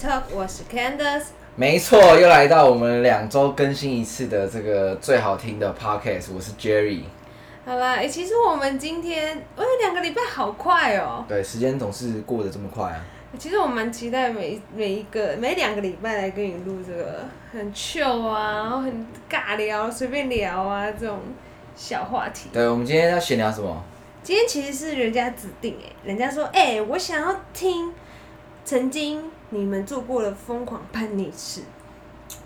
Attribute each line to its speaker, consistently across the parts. Speaker 1: Talk，我是 Candace。
Speaker 2: 没错，又来到我们两周更新一次的这个最好听的 podcast，我是 Jerry。
Speaker 1: 好啦，哎、其实我们今天，哎，两个礼拜好快哦、
Speaker 2: 对，时间总是过得这么快啊。
Speaker 1: 其实我蛮期待每每一个每两个礼拜来跟你录这个很 chill 啊，然后很尬聊、随便聊啊这种小话题。
Speaker 2: 对，我们今天要闲聊什么？
Speaker 1: 今天其实是人家指定哎、人家说哎、我想要听曾经你们做过的疯狂叛逆事。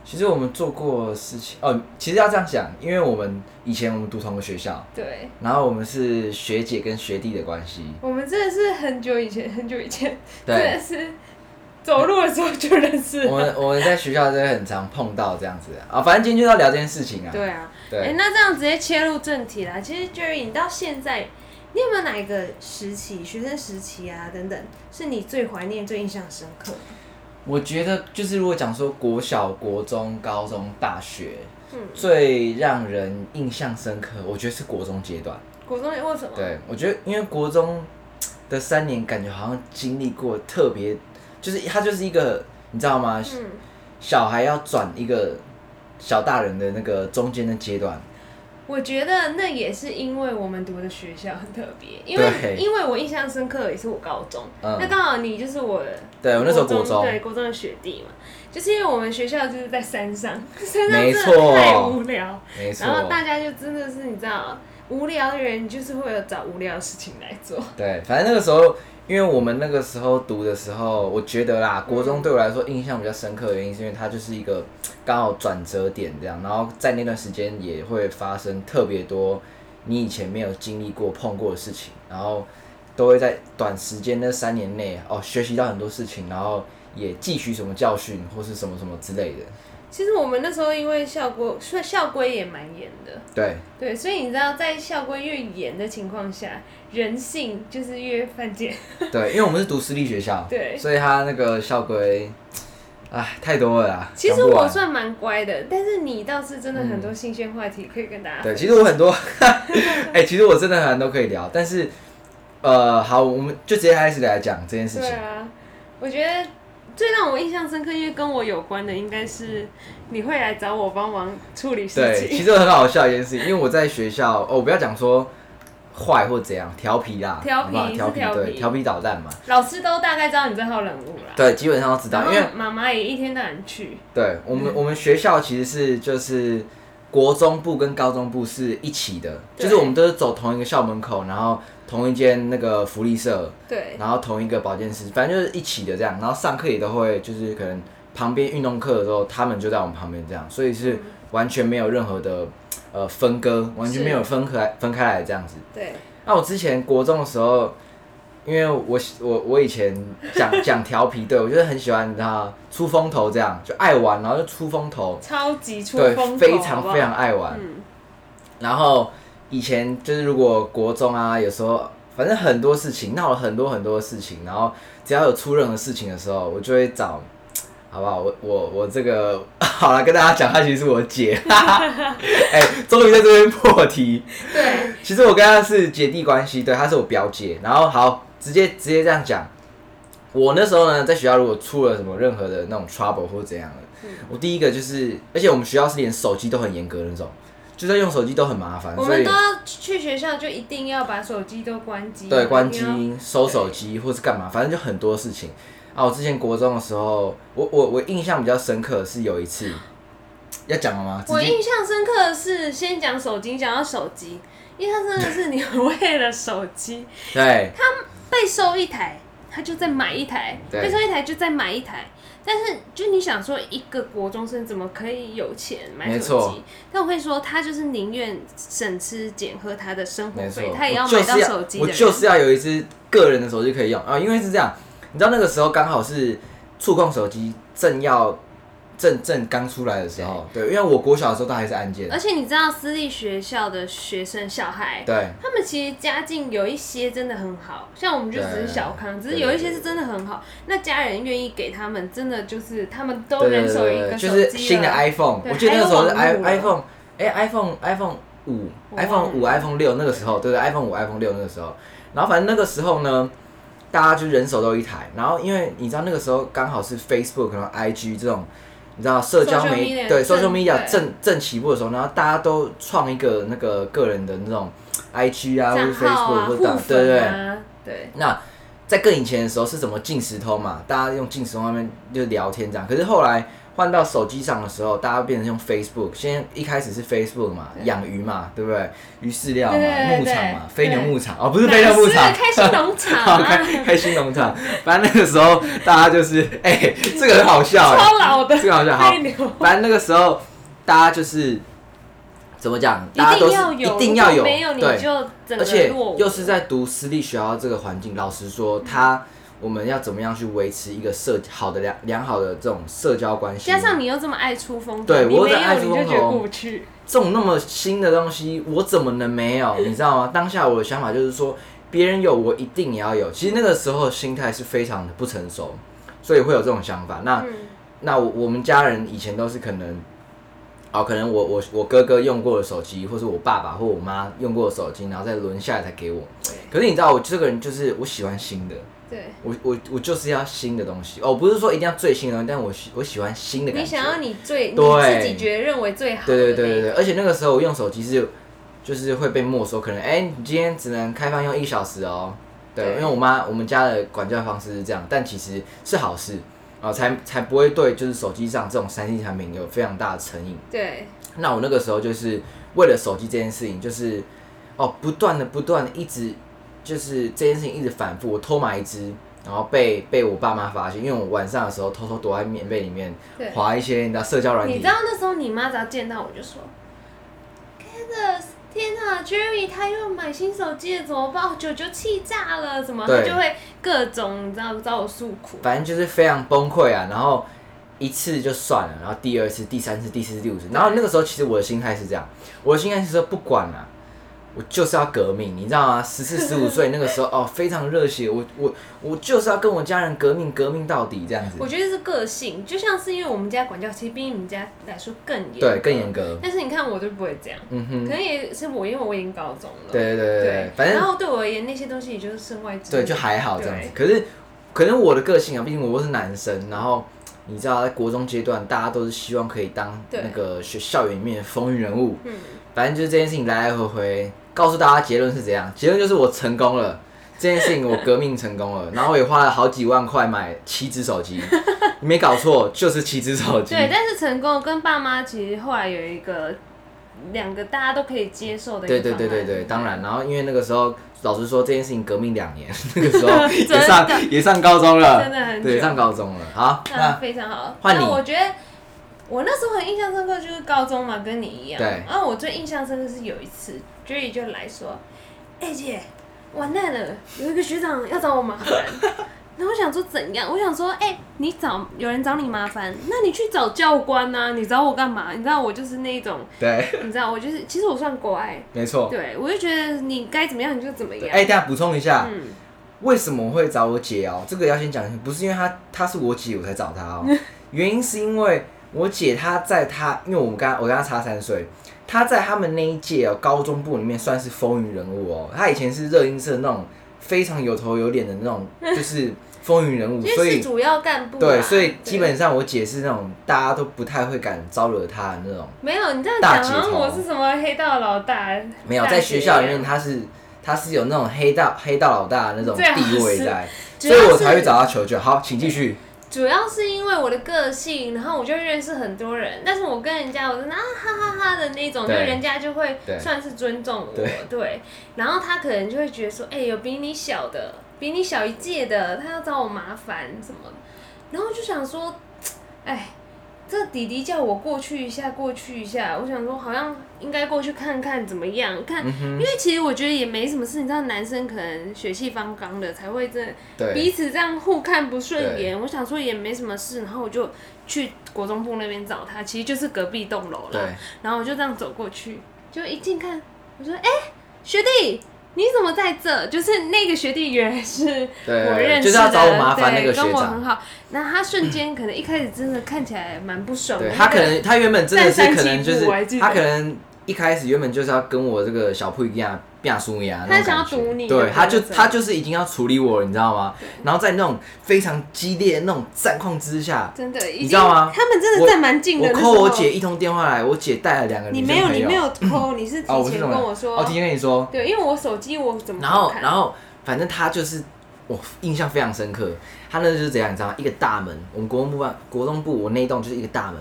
Speaker 2: 其实我们做过的事情，哦，其实要这样讲，因为我们以前我们读同个学校，
Speaker 1: 对，
Speaker 2: 然后我们是学姐跟学弟的关系。
Speaker 1: 我们真的是很久以前，很久以前，真
Speaker 2: 对
Speaker 1: 的，是走路的时候就认识
Speaker 2: 我
Speaker 1: 了。
Speaker 2: 们我们在学校真的很常碰到这样子啊，反正今天就要聊这件事情啊。
Speaker 1: 对啊，
Speaker 2: 对
Speaker 1: 哎、那这样直接切入正题啦。其实 Jerry，你到现在，你有没有哪一个时期，学生时期啊等等，是你最怀念、最印象深刻的？
Speaker 2: 我觉得就是如果讲说国小、国中、高中、大学，
Speaker 1: 嗯
Speaker 2: 最让人印象深刻，我觉得是国中阶段。
Speaker 1: 国中为什么？
Speaker 2: 对，我觉得因为国中的三年，感觉好像经历过特别，就是它就是一个，你知道吗？
Speaker 1: 嗯，
Speaker 2: 小孩要转一个小大人的那个中间的阶段。
Speaker 1: 我觉得那也是因为我们读的学校很特别，因为
Speaker 2: 对
Speaker 1: 因为我印象深刻也是我高中，
Speaker 2: 嗯
Speaker 1: 那刚好你就是我
Speaker 2: 对我那时候国
Speaker 1: 对国中的学弟嘛，就是因为我们学校就是在山上， 山上
Speaker 2: 没
Speaker 1: 真
Speaker 2: 错
Speaker 1: 的太无聊，
Speaker 2: 没错
Speaker 1: 然，后大家就真的是你知道，无聊的人就是会有找无聊的事情来做。
Speaker 2: 对，反正那个时候，因为我们那个时候读的时候，我觉得啦，国
Speaker 1: 嗯
Speaker 2: 中对我来说印象比较深刻的原因，是因为它就是一个刚好转折点这样，然后在那段时间也会发生特别多你以前没有经历过、碰过的事情，然后都会在短时间那三年内哦学习到很多事情，然后也汲取什么教训或是什么什么之类的。
Speaker 1: 其实我们那时候因为校规，所以校规也蛮严的，
Speaker 2: 对，
Speaker 1: 对，所以你知道，在校规越严的情况下，人性就是越犯贱。
Speaker 2: 对，因为我们是读私立学校，
Speaker 1: 对
Speaker 2: 所以他那个校规，唉，太多了啦。
Speaker 1: 其实
Speaker 2: 讲不
Speaker 1: 我
Speaker 2: 完
Speaker 1: 算蛮乖的，但是你倒是真的很多新鲜话题可以跟大家。
Speaker 2: 对，其实我很多， 哎、其实我真的很多都可以聊，但是，呃，好，我们就直接开始来讲这件事
Speaker 1: 对
Speaker 2: 情。
Speaker 1: 啊，我觉得最让我印象深刻，因为跟我有关的，应该是你会来找我帮忙处理事
Speaker 2: 对，
Speaker 1: 情
Speaker 2: 其。实很好笑一件事情，因为我在学校，哦，我不要讲说坏或怎样，调皮啦，
Speaker 1: 调皮
Speaker 2: 好不好
Speaker 1: 是
Speaker 2: 调皮，
Speaker 1: 调皮
Speaker 2: 对，调皮捣蛋嘛，
Speaker 1: 老师都大概知道你这号人物啦。
Speaker 2: 对，基本上都知
Speaker 1: 然
Speaker 2: 道，
Speaker 1: 后嗯
Speaker 2: 因为
Speaker 1: 妈妈也一天到晚去，
Speaker 2: 对我们、我们学校其实是就是国中部跟高中部是一起的，
Speaker 1: 对
Speaker 2: 就是我们都是走同一个校门口，然后同一间那个福利社，
Speaker 1: 对，
Speaker 2: 然后同一个保健室，反正就是一起的这样，然后上课也都会就是可能旁边运动课的时候，他们就在我们旁边这样，所以是完全没有任何的呃分割，完全没有分开分开来这样子。
Speaker 1: 对，
Speaker 2: 那我之前国中的时候，因为我喜我我以前讲讲调皮，对我就是很喜欢你知道吗出风头这样，就爱玩，然后就出风头，
Speaker 1: 超级出
Speaker 2: 对
Speaker 1: 风头，，
Speaker 2: 非
Speaker 1: 好不
Speaker 2: 常
Speaker 1: 好
Speaker 2: 非常爱玩。
Speaker 1: 嗯，
Speaker 2: 然后以前就是如果国中啊，有时候反正很多事情闹了很多很多事情，然后只要有出任何事情的时候，我就会找，好不好？我我我这个 好了，跟大家讲，她其实是我姐，哎、终于在这边破题。
Speaker 1: 对，
Speaker 2: 其实我跟她是姐弟关系，对，她是我表姐。然后好，直接直接这样讲。我那时候呢，在学校如果出了什么任何的那种 trouble 或者怎样的，
Speaker 1: 嗯
Speaker 2: 我第一个就是，而且我们学校是连手机都很严格的那种，就在用手机都很麻烦，
Speaker 1: 我
Speaker 2: 所
Speaker 1: 们
Speaker 2: 以
Speaker 1: 都要去学校就一定要把手机都关机，啊
Speaker 2: 对关
Speaker 1: 一
Speaker 2: 机
Speaker 1: 定要，
Speaker 2: 收手机或是干嘛，反正就很多事情。啊，我之前国中的时候，我我我印象比较深刻的是有一次，要讲了吗？直
Speaker 1: 我
Speaker 2: 接
Speaker 1: 印象深刻的是，先讲手机，讲到手机，印象深刻的是你 为了手机
Speaker 2: 对
Speaker 1: 被收一台，他就再买一台，
Speaker 2: 对
Speaker 1: 被收一台就再买一台。但是，就你想说，一个国中生怎么可以有钱买
Speaker 2: 没
Speaker 1: 手
Speaker 2: 错
Speaker 1: 机？但我会说，他就是宁愿省吃俭喝他的生活
Speaker 2: 没错
Speaker 1: 费，，他也
Speaker 2: 我
Speaker 1: 要
Speaker 2: 就
Speaker 1: 买到
Speaker 2: 是要
Speaker 1: 手机的
Speaker 2: 我
Speaker 1: 人。
Speaker 2: 就是要有一只个人的手机可以用啊，因为是这样，你知道那个时候刚好是触控手机正要正正刚出来的时候，对，因为我国小的时候它还是按键，
Speaker 1: 而且你知道，私立学校的学生小孩，
Speaker 2: 对，
Speaker 1: 他们其实家境有一些真的很好，像我们就只是小康，只
Speaker 2: 对
Speaker 1: 是有一些是真的很好。那家人愿意给他们，真的就是他们都
Speaker 2: 对对
Speaker 1: 人
Speaker 2: 对
Speaker 1: 手一
Speaker 2: 对
Speaker 1: 个
Speaker 2: 对，就
Speaker 1: 手
Speaker 2: 是
Speaker 1: 机
Speaker 2: 新的
Speaker 1: 了。
Speaker 2: iPhone，
Speaker 1: 对
Speaker 2: 我记得那个时候是
Speaker 1: 还有
Speaker 2: i
Speaker 1: 网络
Speaker 2: iPhone，哎，iPhone iPhone 五
Speaker 1: 我忘了
Speaker 2: ，iPhone 五 iPhone 六那个时候，对对，iPhone 五 iPhone 六那个时候，然后反正那个时候呢，大家就人手都一台。然后因为你知道那个时候刚好是 Facebook 然后 IG 这种，你知道社交
Speaker 1: Social
Speaker 2: 媒
Speaker 1: media
Speaker 2: 对
Speaker 1: 正
Speaker 2: social media
Speaker 1: 对
Speaker 2: 正正起步的时候，然后大家都创一个那个个人的那种 IG 啊或者
Speaker 1: 账号
Speaker 2: Facebook
Speaker 1: 啊，
Speaker 2: 或
Speaker 1: 互
Speaker 2: 者打对
Speaker 1: 粉
Speaker 2: 对对。
Speaker 1: 啊，对，
Speaker 2: 那在更以前的时候是怎么进时通嘛？大家用进时通上面就聊天这样。可是后来换到手机上的时候，大家变成用 Facebook。先一开始是 Facebook 嘛，养鱼嘛，对不对？鱼饲料嘛，
Speaker 1: 对对对
Speaker 2: 牧场嘛，
Speaker 1: 对
Speaker 2: 飞牛牧场哦，不是飞牛牧场
Speaker 1: 哪是。开心农场
Speaker 2: 好
Speaker 1: 啊，
Speaker 2: 开开心农场，反正那个时候大家就是，哎、这个很好笑哎、
Speaker 1: 超老的，
Speaker 2: 这个好像好
Speaker 1: 太牛
Speaker 2: 反正那个时候大家就是怎么讲，
Speaker 1: 一
Speaker 2: 大家
Speaker 1: 定
Speaker 2: 都是
Speaker 1: 要有，
Speaker 2: 一定要
Speaker 1: 如
Speaker 2: 有，
Speaker 1: 果没有你
Speaker 2: 对，
Speaker 1: 就整
Speaker 2: 而
Speaker 1: 个
Speaker 2: 且
Speaker 1: 落伍。嗯
Speaker 2: 又是在读私立学校这个环境，老实说，他我们要怎么样去维持一个社好的良良好的这种社交关系？
Speaker 1: 加上你又这么爱出风头，
Speaker 2: 对
Speaker 1: 你
Speaker 2: 我
Speaker 1: 没
Speaker 2: 又爱
Speaker 1: 有
Speaker 2: 出
Speaker 1: 你就
Speaker 2: 风
Speaker 1: 觉得
Speaker 2: 头
Speaker 1: 过不去。
Speaker 2: 这种那么新的东西，我怎么能没有？你知道吗？当下我的想法就是说，别人有我一定也要有。其实那个时候心态是非常的不成熟，所以会有这种想法。那、
Speaker 1: 嗯，
Speaker 2: 那我我们家人以前都是可能，哦，可能我我我哥哥用过的手机，或是我爸爸或我妈用过的手机，然后再轮下来才给我。可是你知道，我这个人就是我喜欢新的，
Speaker 1: 对，
Speaker 2: 我我我就是要新的东西。哦，不是说一定要最新的东西，但我喜我喜欢新的感
Speaker 1: 你
Speaker 2: 觉。
Speaker 1: 想要你最你
Speaker 2: 对
Speaker 1: 自己觉得认为最好的
Speaker 2: 对
Speaker 1: 那
Speaker 2: 对
Speaker 1: 一
Speaker 2: 对对
Speaker 1: 个
Speaker 2: 对，而且那个时候我用手机是，就是会被没收，可能哎、你今天只能开放用一小时哦。对，
Speaker 1: 对
Speaker 2: 因为我妈我们家的管教方式是这样，但其实是好事啊、才才不会对就是手机上这种三 C 产品有非常大的成瘾。
Speaker 1: 对
Speaker 2: 那我那个时候就是为了手机这件事情，就是哦，不断的不断的一直就是这件事情一直反复。我偷买一只，然后被被我爸妈发现，因为我晚上的时候偷偷躲在棉被里面
Speaker 1: 对
Speaker 2: 划一些你知道社交软
Speaker 1: 你
Speaker 2: 体
Speaker 1: 知，道那时候你妈只要见到我就说 c a n 天啊，Jerry 他又买新手机了，怎么办？哦九九气炸了，怎么？
Speaker 2: 对
Speaker 1: 他就会各种你知道找我诉苦。
Speaker 2: 反正就是非常崩溃啊。然后一次就算了，然后第二次、第三次、第四次、第五次，然后那个时候其实我的心态是这样，我的心态是说不管了、我就是要革命，你知道吗？十四、十五岁那个时候，哦，非常热血，我我我就是要跟我家人革命，革命到底这样子。
Speaker 1: 我觉得是个性，就像是因为我们家管教其实比你们家来说更严，
Speaker 2: 对，更严。格。
Speaker 1: 但是你看我就不会这样，
Speaker 2: 嗯哼，
Speaker 1: 可能也是我，因为我已经高中了。
Speaker 2: 对对对对对，反
Speaker 1: 然
Speaker 2: 正
Speaker 1: 后对我而言，那些东西也就是身外之物。
Speaker 2: 对就还好这样子。可是可能我的个性啊，毕竟我是男生，然后你知道，在国中阶段，大家都是希望可以当
Speaker 1: 对
Speaker 2: 那个学校园里面的风云人物。
Speaker 1: 嗯，
Speaker 2: 反正就是这件事情来来回回，告诉大家结论是怎样，结论就是我成功了。这件事情我革命成功了，然后我也花了好几万块买七只 手机，你没搞错，就是七只手机。
Speaker 1: 对，但是成功跟爸妈其实后来有一个两个大家都可以接受的一
Speaker 2: 对
Speaker 1: 个
Speaker 2: 对对
Speaker 1: 方
Speaker 2: 对
Speaker 1: 案
Speaker 2: 对，当然，然后因为那个时候，老实说这件事情革命两年， 那个时候也
Speaker 1: 真
Speaker 2: 上也上高中了，
Speaker 1: 真的很久嗯
Speaker 2: 对，上高中了。好，
Speaker 1: 那
Speaker 2: 那
Speaker 1: 非常好。
Speaker 2: 换你
Speaker 1: 那我觉得我那时候很印象深刻，就是高中嘛，跟你一样。
Speaker 2: 对
Speaker 1: 然后我最印象深刻是有一次，Jerry 就来说：“哎、姐，完蛋了，有一个学长要找我麻烦。”然后我想说怎样？我想说，哎、你找有人找你麻烦，那你去找教官呐、你找我干嘛？你知道我就是那种，
Speaker 2: 对，
Speaker 1: 你知道我就是，其实我算乖，
Speaker 2: 没错。
Speaker 1: 对我就觉得你该怎么样你就怎么
Speaker 2: 对
Speaker 1: 样。
Speaker 2: 哎，大家补充一下，
Speaker 1: 啊嗯，
Speaker 2: 为什么会找我姐哦？这个要先讲清楚，不是因为她她是我姐我才找她哦，
Speaker 1: 嗯
Speaker 2: 原因是因为我姐她在她，因为我们刚我跟她差三岁，她在他们那一届哦高中部里面算是风云人物哦，她以前是热音社那种非常有头有脸的那 种，就是风云人物，
Speaker 1: 因
Speaker 2: 所
Speaker 1: 为
Speaker 2: 以
Speaker 1: 是主要干部啊、
Speaker 2: 对，所以基
Speaker 1: 对
Speaker 2: 本上我姐是那种大家都不太会敢招惹她的那种。
Speaker 1: 没有，你这样
Speaker 2: 大
Speaker 1: 讲
Speaker 2: 姐
Speaker 1: 好像
Speaker 2: 头
Speaker 1: 我是什么黑道老大，
Speaker 2: 没有，
Speaker 1: 大
Speaker 2: 在
Speaker 1: 姐
Speaker 2: 学校里
Speaker 1: 一
Speaker 2: 面
Speaker 1: 样，
Speaker 2: 她是她是有那种黑道黑道老大的那种
Speaker 1: 最好
Speaker 2: 地位
Speaker 1: 是
Speaker 2: 在，
Speaker 1: 主
Speaker 2: 所以
Speaker 1: 要
Speaker 2: 我才会
Speaker 1: 是
Speaker 2: 找她求救。好，请继续。
Speaker 1: 主要是因为我的个性，然后我就认识很多人，但是我跟人家我真的啊哈哈哈的那种，就
Speaker 2: 对
Speaker 1: 人家就会
Speaker 2: 对
Speaker 1: 算是尊重我，
Speaker 2: 对
Speaker 1: 对，然后他可能就会觉得说，哎、有比你小的，比你小一届的，他要找我麻烦什么的，然后我就想说，哎。这弟弟叫我过去一下，过去一下，我想说好像应该过去看看怎么样，看
Speaker 2: 嗯哼，
Speaker 1: 因为其实我觉得也没什么事，你知道，男生可能血气方刚的才会真的彼
Speaker 2: 对，
Speaker 1: 此这样互看不顺眼。我想说也没什么事，然后我就去国中部那边找他，其实就是隔壁栋楼啦。
Speaker 2: 对，
Speaker 1: 然后我就这样走过去，就一近看，我说：“哎、学弟，你怎么在这？”就是那个学弟原来是
Speaker 2: 对
Speaker 1: 我认识的，
Speaker 2: 就是要找我麻烦那个
Speaker 1: 对
Speaker 2: 学
Speaker 1: 跟我
Speaker 2: 长
Speaker 1: 很好。那他瞬间可能一开始真的看起来蛮不爽的，
Speaker 2: 对他可能他原本真的是
Speaker 1: 在三
Speaker 2: 可能
Speaker 1: 七
Speaker 2: 就是
Speaker 1: 步我还记得
Speaker 2: 他可能一开始原本就是要跟我这个小铺一样变输呀，
Speaker 1: 他
Speaker 2: 那种
Speaker 1: 想要
Speaker 2: 感觉
Speaker 1: 堵你对
Speaker 2: 对，
Speaker 1: 不
Speaker 2: 他就
Speaker 1: 对
Speaker 2: 他就是已经要处理我了，你知道吗？然后在那种非常激烈的那种战况之下，
Speaker 1: 真的，已经
Speaker 2: 知道吗
Speaker 1: 他们真的站蛮近的。
Speaker 2: 我
Speaker 1: 那时
Speaker 2: 扣
Speaker 1: 候
Speaker 2: 我姐，一通电话来，我姐带了两个
Speaker 1: 你
Speaker 2: 女生
Speaker 1: 没
Speaker 2: 朋友
Speaker 1: 有，你没有扣，你是提
Speaker 2: 哦，我是
Speaker 1: 前
Speaker 2: 怎
Speaker 1: 跟
Speaker 2: 么
Speaker 1: 我说，
Speaker 2: 哦，提前跟你说，
Speaker 1: 对，因为我手机我怎么
Speaker 2: 然后
Speaker 1: 看
Speaker 2: 然后反正他就是我印象非常深刻，他那就是怎样，你知道吗？一个大门，我们国中部办国中部我那一栋就是一个大门，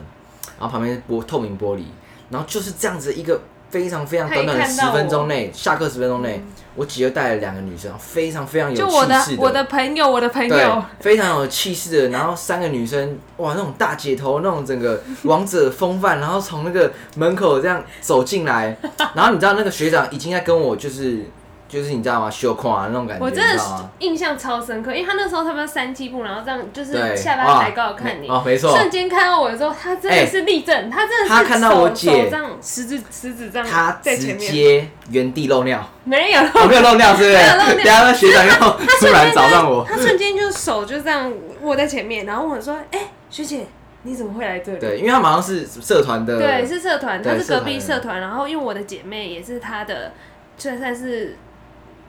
Speaker 2: 然后旁边是玻透明玻璃，然后就是这样子一个非常非常
Speaker 1: 他一
Speaker 2: 短短的
Speaker 1: 看
Speaker 2: 十
Speaker 1: 到我
Speaker 2: 分钟内，下课十分钟内，我姐就带了两个女生，非常非常有
Speaker 1: 就我
Speaker 2: 气
Speaker 1: 的
Speaker 2: 势
Speaker 1: 我的朋友，我的朋
Speaker 2: 对
Speaker 1: 友，，
Speaker 2: 非常有气势的。然后三个女生，哇，那种大姐头，那种整个王者风范，然后从那个门口这样走进来，然后你知道那个学长已经在跟我就是就是你知道吗？羞夸那种感觉，
Speaker 1: 我真的
Speaker 2: 你知
Speaker 1: 是
Speaker 2: 道吗？
Speaker 1: 印象超深刻，因为他那时候他们三七步，然后这样就是
Speaker 2: 对，
Speaker 1: 下巴
Speaker 2: 哇
Speaker 1: 抬高看你，
Speaker 2: 哦，没错，哎
Speaker 1: 瞬间看到我的时候，他真的是立正，他真的是
Speaker 2: 他看到我
Speaker 1: 手
Speaker 2: 姐
Speaker 1: 手这样食指食指这
Speaker 2: 他
Speaker 1: 样在前面，
Speaker 2: 直接原地漏尿，哦
Speaker 1: 没有，
Speaker 2: 我、没有漏尿，是不是？
Speaker 1: 没有漏尿
Speaker 2: 等一下那学长又
Speaker 1: 他
Speaker 2: 突
Speaker 1: 瞬
Speaker 2: 然
Speaker 1: 间
Speaker 2: 找上我，
Speaker 1: 他瞬间就手就这样握在前面，然后我说：“哎、学姐，你怎么会来这里？”
Speaker 2: 对，因为他马上是社团的，
Speaker 1: 对，是社团，
Speaker 2: 对
Speaker 1: 他是
Speaker 2: 社
Speaker 1: 隔
Speaker 2: 团
Speaker 1: 壁
Speaker 2: 的
Speaker 1: 社团。然后因为我的姐妹也是他的，算算是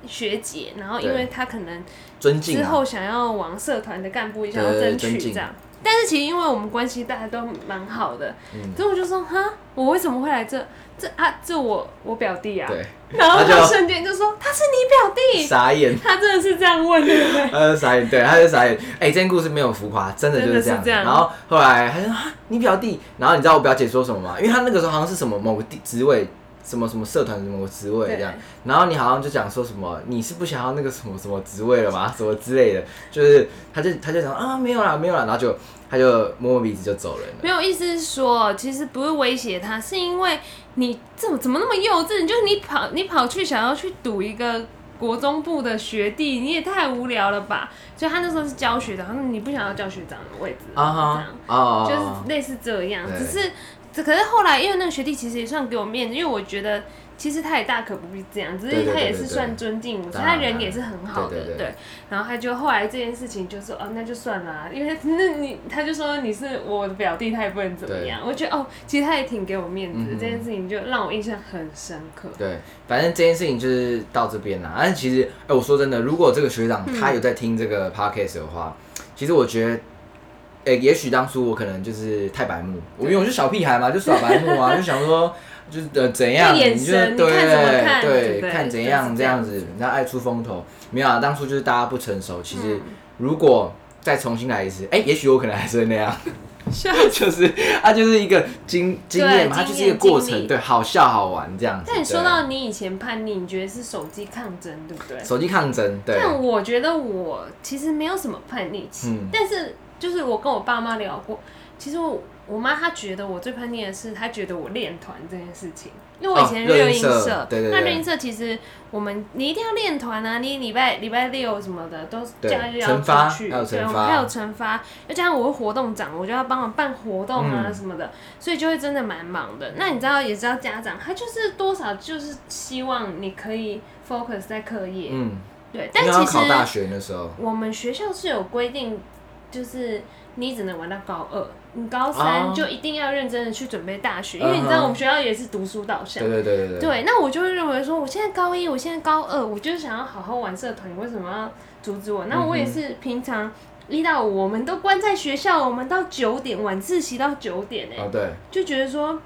Speaker 1: 学姐。然后因
Speaker 2: 对
Speaker 1: 为她可能
Speaker 2: 尊敬、
Speaker 1: 之
Speaker 2: 啊，
Speaker 1: 后想要往社团的干部，想要
Speaker 2: 对对
Speaker 1: 争
Speaker 2: 尊
Speaker 1: 取
Speaker 2: 敬
Speaker 1: 这样。但是其实因为我们关系大家都蛮好的，
Speaker 2: 嗯
Speaker 1: 所以我就说哈，我为什么会来这？这啊，这我我表弟啊。
Speaker 2: 对，
Speaker 1: 然后
Speaker 2: 他就
Speaker 1: 他瞬间就说他是你表弟，
Speaker 2: 傻眼。
Speaker 1: 他真的是这样问的。
Speaker 2: 他就傻眼，对，他就傻眼。哎、这件故事没有浮夸，真的就是这
Speaker 1: 真
Speaker 2: 样。
Speaker 1: 的是这样
Speaker 2: 然后后来他就说、啊、你表弟，然后你知道我表姐说什么吗？因为他那个时候好像是什么某个地职位，什么什么社团什么职位
Speaker 1: 对
Speaker 2: 这样。然后你好像就讲说什么你是不想要那个什么什么职位了吗？什么之类的，就是他就他就讲啊没有啦没有啦，然后就他就摸摸鼻子就走人了。
Speaker 1: 没有意思是说，其实不是威胁他，是因为你怎么怎么那么幼稚？就是你跑你跑去想要去赌一个国中部的学弟，你也太无聊了吧？所以他那时候是教学长，他说你不想要教学长的位置
Speaker 2: 啊哈啊，
Speaker 1: 这样就是类似这样。
Speaker 2: 对
Speaker 1: 只是只可是后来，因为那个学弟其实也算给我面子，因为我觉得其实他也大可不必这样，只
Speaker 2: 对
Speaker 1: 是
Speaker 2: 对
Speaker 1: 他
Speaker 2: 对
Speaker 1: 也
Speaker 2: 对
Speaker 1: 是
Speaker 2: 对
Speaker 1: 算尊敬我，
Speaker 2: 当
Speaker 1: 他
Speaker 2: 然
Speaker 1: 人
Speaker 2: 当
Speaker 1: 也
Speaker 2: 然
Speaker 1: 是很好
Speaker 2: 对
Speaker 1: 的，
Speaker 2: 对对
Speaker 1: 对。然后他就后来这件事情就说哦，那就算啦，因为 那你他就说你是我的表弟，他也不能怎么样。我觉得哦，其实他也挺给我面子
Speaker 2: 嗯，哼
Speaker 1: 这件事情就让我印象很深刻。
Speaker 2: 对，反正这件事情就是到这边啦。但其实，哎、我说真的，如果这个学长
Speaker 1: 嗯
Speaker 2: 他有在听这个 podcast 的话，其实我觉得，哎、也许当初我可能就是太白目，我因为我是小屁孩嘛，就耍白目 啊，就想说。就是呃怎样，
Speaker 1: 就眼
Speaker 2: 你就
Speaker 1: 神
Speaker 2: 对
Speaker 1: 你看怎么看对
Speaker 2: 对
Speaker 1: 不对
Speaker 2: 看怎
Speaker 1: 就
Speaker 2: 样
Speaker 1: 是
Speaker 2: 这
Speaker 1: 这样
Speaker 2: 样子，人家爱出风头。没有啊，当初就是大家不成熟。其实
Speaker 1: 嗯
Speaker 2: 如果再重新来一次，哎、也许我可能还是会那样。
Speaker 1: 笑
Speaker 2: 就是它就是一个经经验嘛，它
Speaker 1: 对
Speaker 2: 就是
Speaker 1: 经
Speaker 2: 一
Speaker 1: 验
Speaker 2: 个过
Speaker 1: 经历
Speaker 2: 程，对，好笑好玩这样子。
Speaker 1: 但你说
Speaker 2: 对
Speaker 1: 到你以前叛逆，你觉得是手机抗争，对不对？
Speaker 2: 手机抗争，对，
Speaker 1: 但我觉得我其实没有什么叛逆期，
Speaker 2: 嗯
Speaker 1: 但是就是我跟我爸妈聊过，其实我我妈她觉得我最叛逆的是，她觉得我练团这件事情，因为我以前
Speaker 2: 哦
Speaker 1: 热
Speaker 2: 热
Speaker 1: 音
Speaker 2: 音
Speaker 1: 社，
Speaker 2: 社对对对
Speaker 1: 那热音社其实我们你一定要练团啊，你礼拜礼拜六什么的都是
Speaker 2: 对
Speaker 1: 假日要
Speaker 2: 惩罚
Speaker 1: 出去，
Speaker 2: 还有惩
Speaker 1: 对，我们
Speaker 2: 罚
Speaker 1: 还有惩罚，又加上我是活动长，我就要帮忙办活动啊
Speaker 2: 嗯
Speaker 1: 什么的，所以就会真的蛮忙的。那你知道也知道家长他就是多少就是希望你可以 focus 在课业，
Speaker 2: 嗯，
Speaker 1: 对，但
Speaker 2: 因为
Speaker 1: 其
Speaker 2: 要
Speaker 1: 实
Speaker 2: 考大学那时候，
Speaker 1: 我们学校是有规定，就是你只能玩到高二，你高三
Speaker 2: 哦
Speaker 1: 就一定要认真的去准备大学，
Speaker 2: 嗯
Speaker 1: 因
Speaker 2: 哼
Speaker 1: 为你知道我们学校也是读书导向
Speaker 2: 对。对对对对，
Speaker 1: 对，那我就会认为说，我现在高一，我现在高二，我就是想要好好玩社团，你为什么要阻止我？那我
Speaker 2: 嗯
Speaker 1: 也是平常一到五，我们都关在学校，我们到九点晚自习到九点哎、
Speaker 2: 哦对，
Speaker 1: 就觉得说，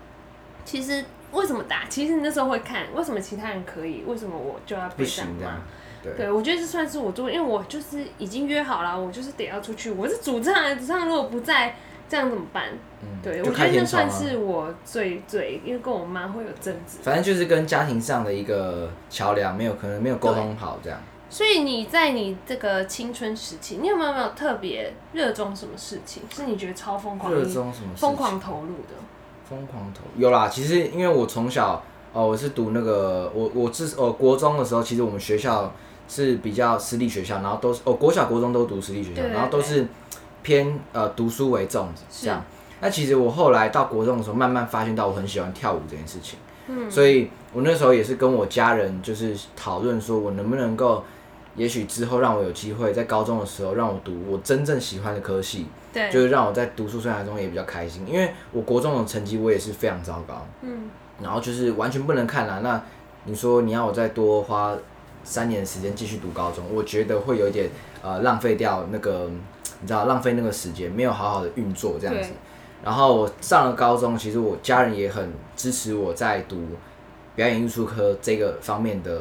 Speaker 1: 其实为什么打？其实那时候会看，为什么其他人可以，为什么我就要
Speaker 2: 不
Speaker 1: 被这样
Speaker 2: 行这
Speaker 1: 骂
Speaker 2: 样？，对，
Speaker 1: 对，我觉得这算是我做，因为我就是已经约好了，我就是得要出去。我是主唱，主唱如果不在，这样怎么办？
Speaker 2: 嗯
Speaker 1: 对，
Speaker 2: 就
Speaker 1: 我觉
Speaker 2: 开
Speaker 1: 得那
Speaker 2: 天
Speaker 1: 算
Speaker 2: 窗啊，
Speaker 1: 是我最最，因为跟我妈会有争执。
Speaker 2: 反正就是跟家庭上的一个桥梁没有可能没有沟通好这样。
Speaker 1: 所以你在你这个青春时期，你有没有没有特别热衷什么事情？是你觉得超疯狂、
Speaker 2: 热衷什么事情？
Speaker 1: 疯狂投入的？
Speaker 2: 疯狂投有啦，其实因为我从小哦，我是读那个我我自呃国中的时候，其实我们学校是比较私立学校，然后都是哦国小国中都读私立学校，
Speaker 1: 对
Speaker 2: 然后都是偏呃读书为重
Speaker 1: 是
Speaker 2: 这样。那其实我后来到国中的时候，慢慢发现到我很喜欢跳舞这件事情，嗯，所以我那时候也是跟我家人就是讨论说，我能不能够，也许之后让我有机会在高中的时候让我读我真正喜欢的科系，
Speaker 1: 对，
Speaker 2: 就是让我在读书生涯中也比较开心，因为我国中的成绩我也是非常糟糕，
Speaker 1: 嗯，
Speaker 2: 然后就是完全不能看啦、那你说你要我再多花三年的时间继续读高中，我觉得会有一点呃浪费掉那个，你知道浪费那个时间，没有好好的运作这样子
Speaker 1: 对。
Speaker 2: 然后我上了高中，其实我家人也很支持我在读表演艺术科这个方面的，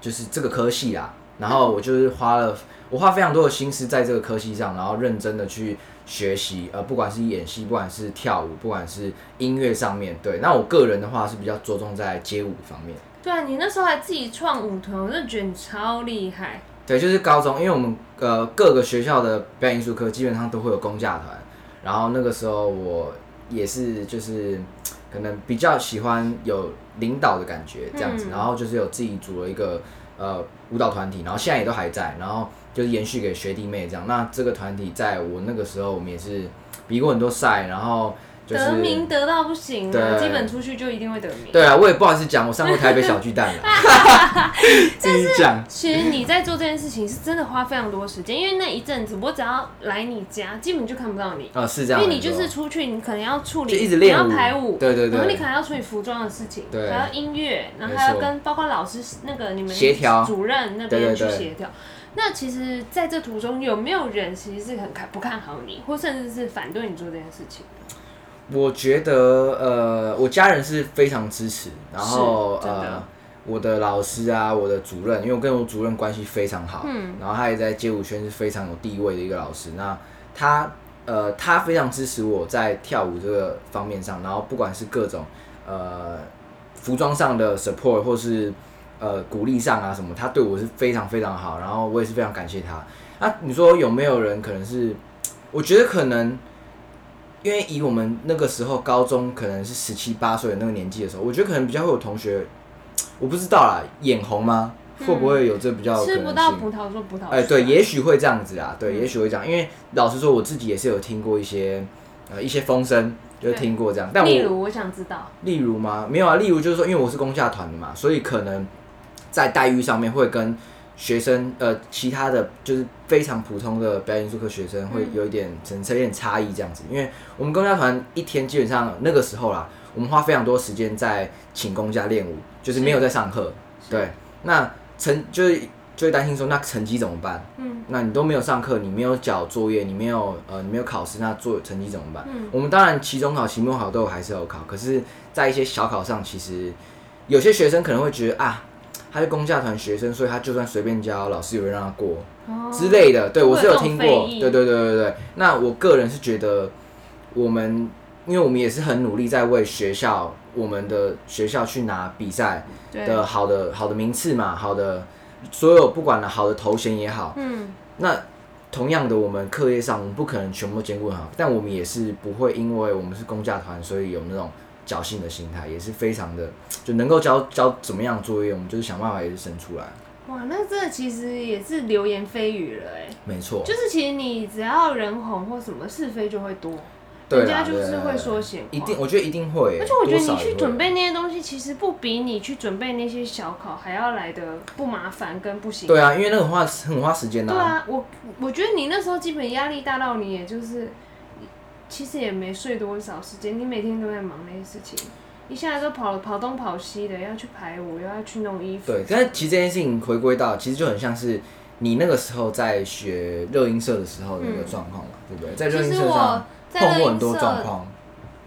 Speaker 2: 就是这个科系啦。然后我就是花了我花非常多的心思在这个科系上，然后认真的去学习，呃，不管是演戏，不管是跳舞，不管是音乐上面，对。那我个人的话是比较着重在街舞方面，
Speaker 1: 对啊，你那时候还自己创舞团，我就觉得你超厉害。
Speaker 2: 对，就是高中，因为我们呃各个学校的表演艺术科基本上都会有公假团，然后那个时候我也是就是可能比较喜欢有领导的感觉这样子，
Speaker 1: 嗯
Speaker 2: 然后就是有自己组了一个呃舞蹈团体，然后现在也都还在，然后就是延续给学弟妹这样。那这个团体在我那个时候我们也是比过很多赛，然后就是
Speaker 1: 得名得到不行啊，
Speaker 2: 对
Speaker 1: 基本出去就一定会得名。
Speaker 2: 对啊，我也不好意思讲，我上过台北小巨蛋了， 自己讲。
Speaker 1: 其实你在做这件事情是真的花非常多时间，因为那一阵子我只要来你家，基本就看不到你，
Speaker 2: 啊、是这
Speaker 1: 因
Speaker 2: 样没
Speaker 1: 为
Speaker 2: 错，
Speaker 1: 你就是出去，你可能要处理，
Speaker 2: 就一直练舞
Speaker 1: 你要排舞，
Speaker 2: 对对对
Speaker 1: 然后你可能要处理服装的事情，
Speaker 2: 对
Speaker 1: 还要音乐，然后
Speaker 2: 没错
Speaker 1: 还要跟包括老师那个你们
Speaker 2: 协调
Speaker 1: 主任那
Speaker 2: 对
Speaker 1: 边
Speaker 2: 对
Speaker 1: 去
Speaker 2: 对
Speaker 1: 协调。那其实，在这途中有没有人其实是很看不看好你，或甚至是反对你做这件事情？
Speaker 2: 我觉得呃，我家人是非常支持，然后
Speaker 1: 是真的
Speaker 2: 呃，我的老师啊，我的主任，因为我跟我主任关系非常好，嗯，然后他也在街舞圈是非常有地位的一个老师。那他呃，他非常支持我在跳舞这个方面上，然后不管是各种呃服装上的 support 或是呃鼓励上啊什么，他对我是非常非常好，然后我也是非常感谢他。那你说有没有人可能是？我觉得可能，因为以我们那个时候高中可能是十七八岁的那个年纪的时候，我觉得可能比较会有同学，我不知道啦，眼红吗？会不会有这比较哦有
Speaker 1: 嗯
Speaker 2: 可能
Speaker 1: 吃
Speaker 2: 性？
Speaker 1: 不到葡萄嗯说葡萄酸，
Speaker 2: 哎、对，也许会这样子啊，对，也许会这样，因为老实说，我自己也是有听过一些呃一些风声，就是听过这样，但我
Speaker 1: 例如我想知道，
Speaker 2: 例如吗？没有啊，例如就是说，因为我是公下团的嘛，所以可能在待遇上面会跟学生呃其他的就是非常普通的表演艺术课学生会有一点可能有点差异这样子，因为我们公家团一天基本上那个时候啦，我们花非常多时间在请公家练舞，就是没有在上课，对，那成就是就会担心说那成绩怎么办？
Speaker 1: 嗯，
Speaker 2: 那你都没有上课，你没有交作业，你没有呃，你没有考试，那做成绩怎么办？
Speaker 1: 嗯
Speaker 2: 我们当然期中考、期末考都有还是有考，可是，在一些小考上，其实有些学生可能会觉得啊，他是公教团学生，所以他就算随便教，老师也会让他过、
Speaker 1: 哦
Speaker 2: 之类的。对我是有听
Speaker 1: 会有这种
Speaker 2: 过，
Speaker 1: 非议
Speaker 2: 对对对对对。那我个人是觉得，我们因为我们也是很努力在为学校，我们的学校去拿比赛
Speaker 1: 对，
Speaker 2: 的好的好的名次嘛，好的所有不管了好的头衔也好。
Speaker 1: 嗯，
Speaker 2: 那同样的，我们课业上我们不可能全部都兼顾很好，但我们也是不会因为我们是公价团，所以有那种侥幸的心态，也是非常的就能够交交怎么样的作业，我们就是想办法也是生出来。
Speaker 1: 哇，那这其实也是流言蜚语了哎。
Speaker 2: 没错，
Speaker 1: 就是其实你只要人红或什么是非就会多，
Speaker 2: 对
Speaker 1: 人
Speaker 2: 啦
Speaker 1: 家就是会说
Speaker 2: 对
Speaker 1: 闲话。
Speaker 2: 一定，我觉得一定会、
Speaker 1: 而且我觉得
Speaker 2: 多少
Speaker 1: 你
Speaker 2: 也
Speaker 1: 去
Speaker 2: 会
Speaker 1: 准备那些东西，其实不比你去准备那些小考还要来的不麻烦跟不行。
Speaker 2: 对啊，因为那个很花很花时间
Speaker 1: 对啊，我我觉得你那时候基本压力大到你也就是，其实也没睡多少时间，你每天都在忙那些事情，一下子都跑跑东跑西的，要去排舞，又要去弄衣服。
Speaker 2: 对，但是其实这件事情回归到，其实就很像是你那个时候在学热音社的时候的那个状况嘛，对不对？在热
Speaker 1: 嗯其
Speaker 2: 音
Speaker 1: 实
Speaker 2: 社
Speaker 1: 我
Speaker 2: 上
Speaker 1: 在
Speaker 2: 碰过
Speaker 1: 乐
Speaker 2: 很
Speaker 1: 音
Speaker 2: 多状
Speaker 1: 社
Speaker 2: 况，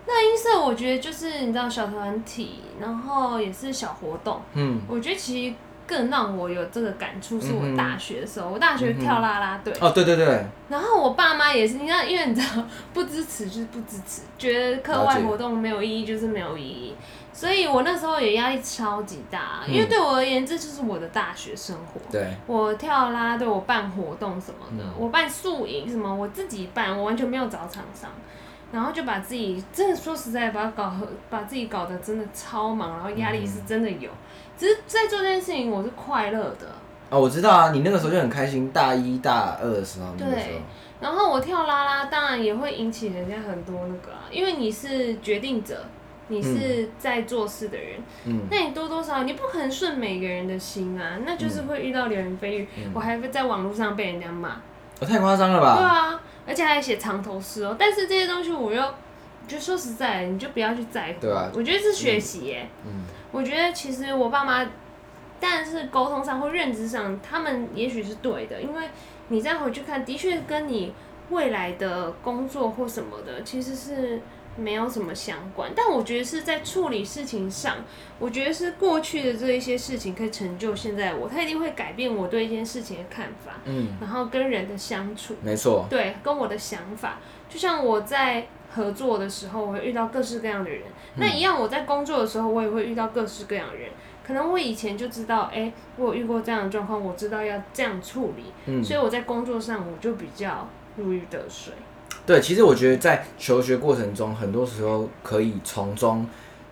Speaker 1: 音色我觉得就是你知道小团体，然后也是小活动。
Speaker 2: 嗯，
Speaker 1: 我觉得其实更让我有这个感触是
Speaker 2: 嗯
Speaker 1: 我
Speaker 2: 哼
Speaker 1: 大学的时候，我大学跳啦啦队，
Speaker 2: 哦，对对对，
Speaker 1: 然后我爸妈也是，你知道，因为你知道不支持就是不支持，觉得课
Speaker 2: 了
Speaker 1: 外
Speaker 2: 解
Speaker 1: 活动没有意义就是没有意义，所以我那时候也压力超级大，
Speaker 2: 嗯
Speaker 1: 因为对我而言这就是我的大学生活。
Speaker 2: 对。
Speaker 1: 我跳啦啦队，我办活动什么的，
Speaker 2: 嗯
Speaker 1: 我办宿营什么，我自己办，我完全没有找厂商，然后就把自己真的说实在，把它搞把自己搞得真的超忙，然后压力是真的有，只是在做这件事情我是快乐的。
Speaker 2: 哦，我知道啊，你那个时候就很开心，大一大二的时候，那个时
Speaker 1: 对
Speaker 2: 候，
Speaker 1: 然后我跳啦啦，当然也会引起人家很多那个啊，因为你是决定者，你是在做事的人，
Speaker 2: 嗯，
Speaker 1: 那你多多少少你不可能顺每个人的心啊，那就是
Speaker 2: 嗯
Speaker 1: 会遇到流言蜚语，我还会在网络上被人家骂，
Speaker 2: 我、哦太夸张了吧？
Speaker 1: 对啊，而且还写长头诗哦。但是这些东西我又，就说实在，你就不要去在乎。
Speaker 2: 对啊
Speaker 1: 我觉得是学习耶、
Speaker 2: 嗯
Speaker 1: 我觉得其实我爸妈但是沟通上或认知上，他们也许是对的，因为你再回去看，的确跟你未来的工作或什么的其实是没有什么相关。但我觉得是在处理事情上，我觉得是过去的这一些事情可以成就现在的我，他一定会改变我对一件事情的看法，
Speaker 2: 嗯，
Speaker 1: 然后跟人的相处。
Speaker 2: 没错，
Speaker 1: 对，跟我的想法，就像我在合作的时候，我会遇到各式各样的人。那
Speaker 2: 嗯
Speaker 1: 一样，我在工作的时候，我也会遇到各式各样的人。可能我以前就知道，哎、我有遇过这样的状况，我知道要这样处理，
Speaker 2: 嗯，
Speaker 1: 所以我在工作上我就比较如鱼得水。
Speaker 2: 对，啊其实我觉得在求学过程中，很多时候可以从中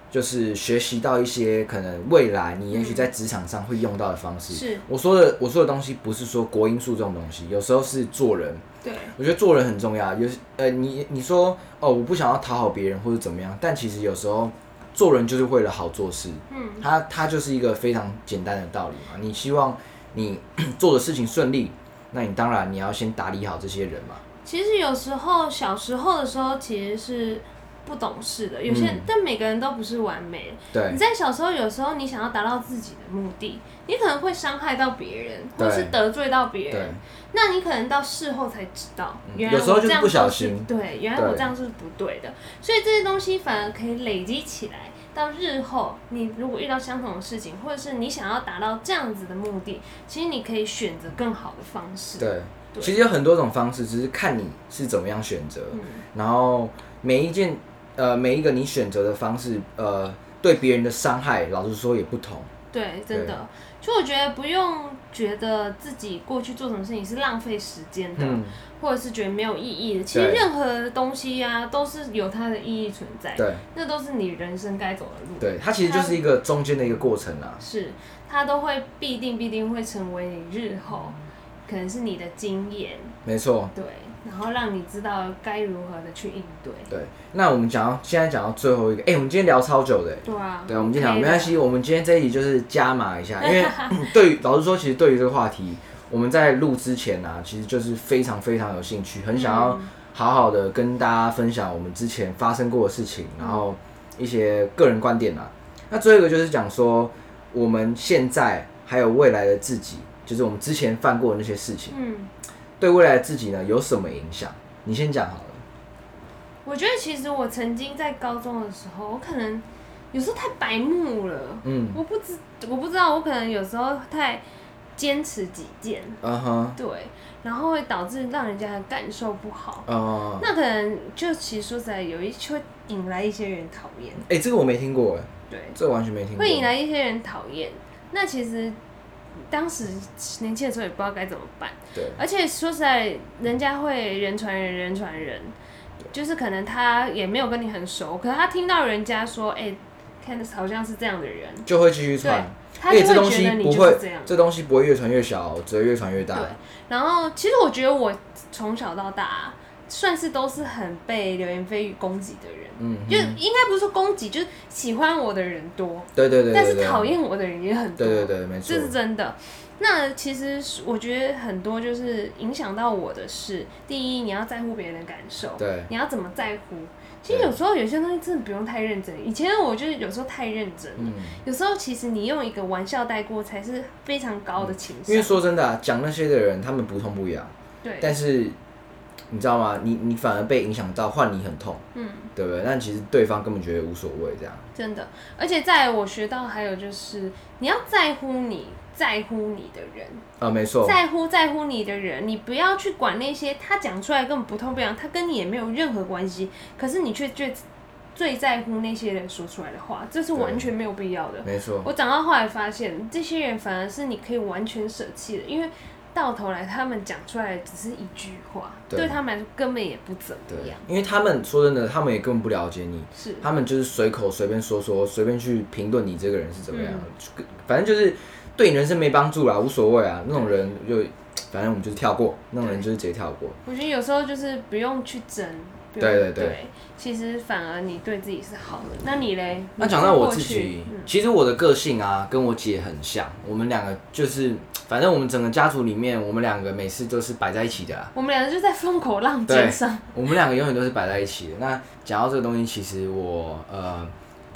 Speaker 2: 就是学习到一些可能未来你也许在职场上会用到的方式。
Speaker 1: 是，
Speaker 2: 我说的我说的东西不是说国因素这种东西，有时候是做人，
Speaker 1: 对，
Speaker 2: 我觉得做人很重要。有时呃，你你说哦，我不想要讨好别人或者怎么样，但其实有时候做人就是为了好做事，
Speaker 1: 嗯，
Speaker 2: 它它就是一个非常简单的道理嘛。你希望你 做的事情顺利，那你当然你要先打理好这些人嘛。
Speaker 1: 其实有时候小时候的时候其实是不懂事的，有些人，
Speaker 2: 嗯
Speaker 1: 但每个人都不是完美的。
Speaker 2: 对
Speaker 1: 你，在小时候，有时候你想要达到自己的目的，你可能会伤害到别人，
Speaker 2: 对
Speaker 1: 或是得罪到别
Speaker 2: 对
Speaker 1: 人。。那你可能到事后才知道，
Speaker 2: 嗯
Speaker 1: 原来
Speaker 2: 有时候
Speaker 1: 我
Speaker 2: 就是
Speaker 1: 这样
Speaker 2: 不小
Speaker 1: 做是
Speaker 2: 心
Speaker 1: 对，原来
Speaker 2: 对
Speaker 1: 我这样是不对的。所以这些东西反而可以累积起来，到日后你如果遇到相同的事情，或者是你想要达到这样子的目的，其实你可以选择更好的方式。
Speaker 2: 对，
Speaker 1: 对
Speaker 2: 其实有很多种方式，只是看你是怎么样选择。
Speaker 1: 嗯
Speaker 2: 然后每一件呃每一个你选择的方式，呃，对别人的伤害，老实说也不同。
Speaker 1: 对，真的。就我觉得不用觉得自己过去做什么事情是浪费时间的，
Speaker 2: 嗯，
Speaker 1: 或者是觉得没有意义的。其实
Speaker 2: 对
Speaker 1: 任何东西啊，都是有它的意义存在，
Speaker 2: 对
Speaker 1: 那都是你人生该走的路。
Speaker 2: 对，它其实就是一个中间的一个过程啦。
Speaker 1: 是它都会必定必定会成为你日后可能是你的经验，
Speaker 2: 没错。
Speaker 1: 对，然后让你知道该如何的去应对。
Speaker 2: 对，那我们讲到现在讲到最后一个，哎、我们今天聊超久的、诶
Speaker 1: 对啊，
Speaker 2: 对，我们今天讲
Speaker 1: OK
Speaker 2: 没
Speaker 1: 的
Speaker 2: 关系，我们今天这一集就是加码一下，因为对于老实说，其实对于这个话题，我们在录之前啊，其实就是非常非常有兴趣，很想要好好的跟大家分享我们之前发生过的事情，然后一些个人观点啊。那最后一个就是讲说，我们现在还有未来的自己，就是我们之前犯过的那些事情，
Speaker 1: 嗯，
Speaker 2: 对未来的自己呢有什么影响？你先讲好了。
Speaker 1: 我觉得其实我曾经在高中的时候，我可能有时候太白目了，
Speaker 2: 嗯，
Speaker 1: 我不知我不知道，我可能有时候太坚持己见，
Speaker 2: 嗯哼，
Speaker 1: 对，然后会导致让人家的感受不好。
Speaker 2: 嗯，
Speaker 1: 那可能就其实说实在，有一就会引来一些人讨厌，
Speaker 2: 哎、这个我没听过，哎，
Speaker 1: 对，
Speaker 2: 这个完全没听过。
Speaker 1: 会引来一些人讨厌。那其实当时年轻的时候也不知道该怎么办，
Speaker 2: 对。
Speaker 1: 而且说实在，人家会人传人，人传人，就是可能他也没有跟你很熟，可是他听到人家说，哎、看着好像是这样的人，
Speaker 2: 就会继续传
Speaker 1: 对，他
Speaker 2: 而且
Speaker 1: 就
Speaker 2: 这东
Speaker 1: 会觉
Speaker 2: 西
Speaker 1: 得你
Speaker 2: 不
Speaker 1: 就
Speaker 2: 会
Speaker 1: 是这样，。
Speaker 2: 这东西不会越传越小，只会越传越大。
Speaker 1: 对，然后其实我觉得我从小到大啊算是都是很被流言蜚语攻击的人，
Speaker 2: 嗯，
Speaker 1: 就应该不是说攻击，就是喜欢我的人多，
Speaker 2: 对对对，
Speaker 1: 但
Speaker 2: 对
Speaker 1: 是讨，厌我的人也很多，
Speaker 2: 对对对对，没错
Speaker 1: 这，是真的。那其实是我觉得很多就是影响到我的是，第一你要在乎别人的感受，
Speaker 2: 对
Speaker 1: 你要怎么在乎？其实
Speaker 2: 对
Speaker 1: 有时候有些东西真的不用太认真。以前我就是有时候太认真了，
Speaker 2: 嗯，
Speaker 1: 有时候其实你用一个玩笑带过才是非常高的情
Speaker 2: 因为
Speaker 1: 商。
Speaker 2: 说真的啊，讲那些的人他们不痛不痒，
Speaker 1: 对，
Speaker 2: 但是你知道吗？你你反而被影响到，换你很痛，
Speaker 1: 嗯，
Speaker 2: 对不对？但其实对方根本觉得无所谓，这样，
Speaker 1: 真的。而且在我学到还有就是，你要在乎你在乎你的人，
Speaker 2: 啊，没错，
Speaker 1: 在乎在乎你的人，你不要去管那些他讲出来根本不痛不痒，他跟你也没有任何关系，可是你却最最在乎那些人说出来的话，这是
Speaker 2: 对
Speaker 1: 完全没有必要的。
Speaker 2: 没错，
Speaker 1: 我长到后来发现，这些人反而是你可以完全舍弃的，因为到头来他们讲出来的只是一句话，
Speaker 2: 对
Speaker 1: 对他们来说根本也不怎
Speaker 2: 对
Speaker 1: 么样。，
Speaker 2: 因为他们说真的，他们也根本不了解你，
Speaker 1: 是，
Speaker 2: 他们就是随口随便说说，随便去评论你这个人是怎么样的，
Speaker 1: 嗯
Speaker 2: 就反正就是对你人生没帮助啦，无所谓啊。那种人就反正我们就是跳过，那种人就是直接跳过。
Speaker 1: 我觉得有时候就是不用去争。不用
Speaker 2: 对对对
Speaker 1: 其实反而你对自己是好的。那你嘞？
Speaker 2: 那
Speaker 1: 你
Speaker 2: 讲到我
Speaker 1: 过
Speaker 2: 自
Speaker 1: 去
Speaker 2: 己
Speaker 1: 嗯，
Speaker 2: 其实我的个性啊，跟我姐很像，我们两个就是，反正我们整个家族里面，我们两个每次都是摆在一起的啦。啊
Speaker 1: 我们两个就在风口浪尖上，
Speaker 2: 我们两个永远都是摆在一起的。那讲到这个东西，其实我呃，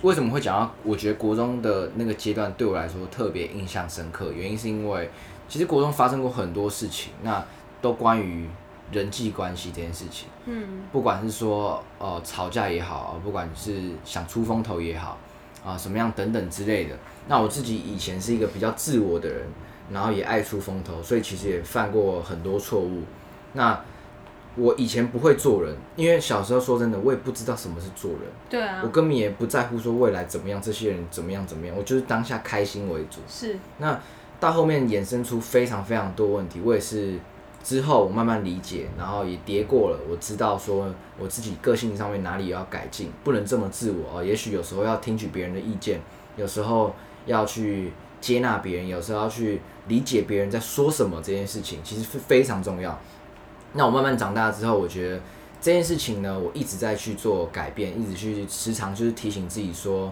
Speaker 2: 为什么会讲到？我觉得国中的那个阶段对我来说特别印象深刻，原因是因为其实国中发生过很多事情，那都关于人际关系这件事情。
Speaker 1: 嗯，
Speaker 2: 不管是说呃吵架也好，不管是想出风头也好，啊、什么样等等之类的。那我自己以前是一个比较自我的人，然后也爱出风头，所以其实也犯过很多错误。那我以前不会做人，因为小时候说真的，我也不知道什么是做人，
Speaker 1: 对啊
Speaker 2: 我，根本也不在乎说未来怎么样，这些人怎么样怎么样，我就是当下开心为主。
Speaker 1: 是，
Speaker 2: 那到后面衍生出非常非常多问题，我也是之后我慢慢理解，然后也跌过了，我知道说我自己个性上面哪里要改进，不能这么自我哦。也许有时候要听取别人的意见，有时候要去接纳别人，有时候要去理解别人在说什么这件事情，其实是非常重要。那我慢慢长大之后，我觉得这件事情呢，我一直在去做改变，一直去时常就是提醒自己说，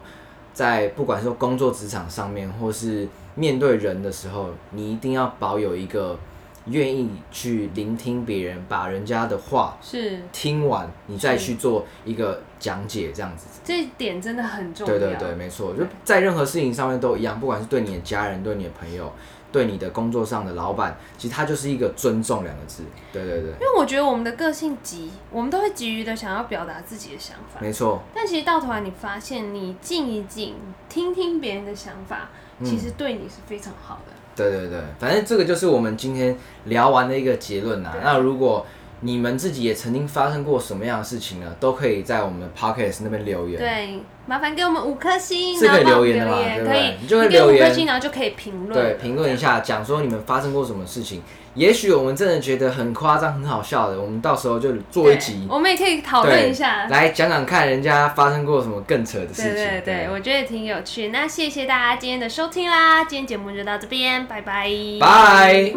Speaker 2: 在不管说工作职场上面，或是面对人的时候，你一定要保有一个愿意去聆听别人，把人家的话
Speaker 1: 是，
Speaker 2: 听完，你再去做一个讲解，这样子。
Speaker 1: 这一点真的很重要。
Speaker 2: 对对对，没错，就在任何事情上面都一样，不管是对你的家人、对你的朋友、对你的工作上的老板，其实它就是一个尊重两个字。对对对，
Speaker 1: 因为我觉得我们的个性急，我们都会急于的想要表达自己的想法，
Speaker 2: 没错。
Speaker 1: 但其实到头来你发现，你静一静，听听别人的想法，
Speaker 2: 嗯
Speaker 1: 其实对你是非常好的。
Speaker 2: 对对对，反正这个就是我们今天聊完的一个结论呐、啊
Speaker 1: 对
Speaker 2: 那如果你们自己也曾经发生过什么样的事情呢，都可以在我们的 podcast 那边留言。
Speaker 1: 对，麻烦给我们五颗星，
Speaker 2: 是可
Speaker 1: 然
Speaker 2: 以
Speaker 1: 后帮我们
Speaker 2: 留言的嘛对不
Speaker 1: 可
Speaker 2: 对
Speaker 1: 以，
Speaker 2: 你就会
Speaker 1: 给我
Speaker 2: 留
Speaker 1: 五颗
Speaker 2: 言
Speaker 1: 星，然后就可以评论，
Speaker 2: 对，评论一下，讲说你们发生过什么事情。也许我们真的觉得很夸张、很好笑的，我们到时候就做一
Speaker 1: 对
Speaker 2: 集，
Speaker 1: 我们也可以讨论一下。
Speaker 2: 来讲讲看人家发生过什么更扯的事
Speaker 1: 对
Speaker 2: 情。
Speaker 1: 对对，我觉得也挺有趣。那谢谢大家今天的收听啦，今天节目就到这边，拜拜，
Speaker 2: 拜。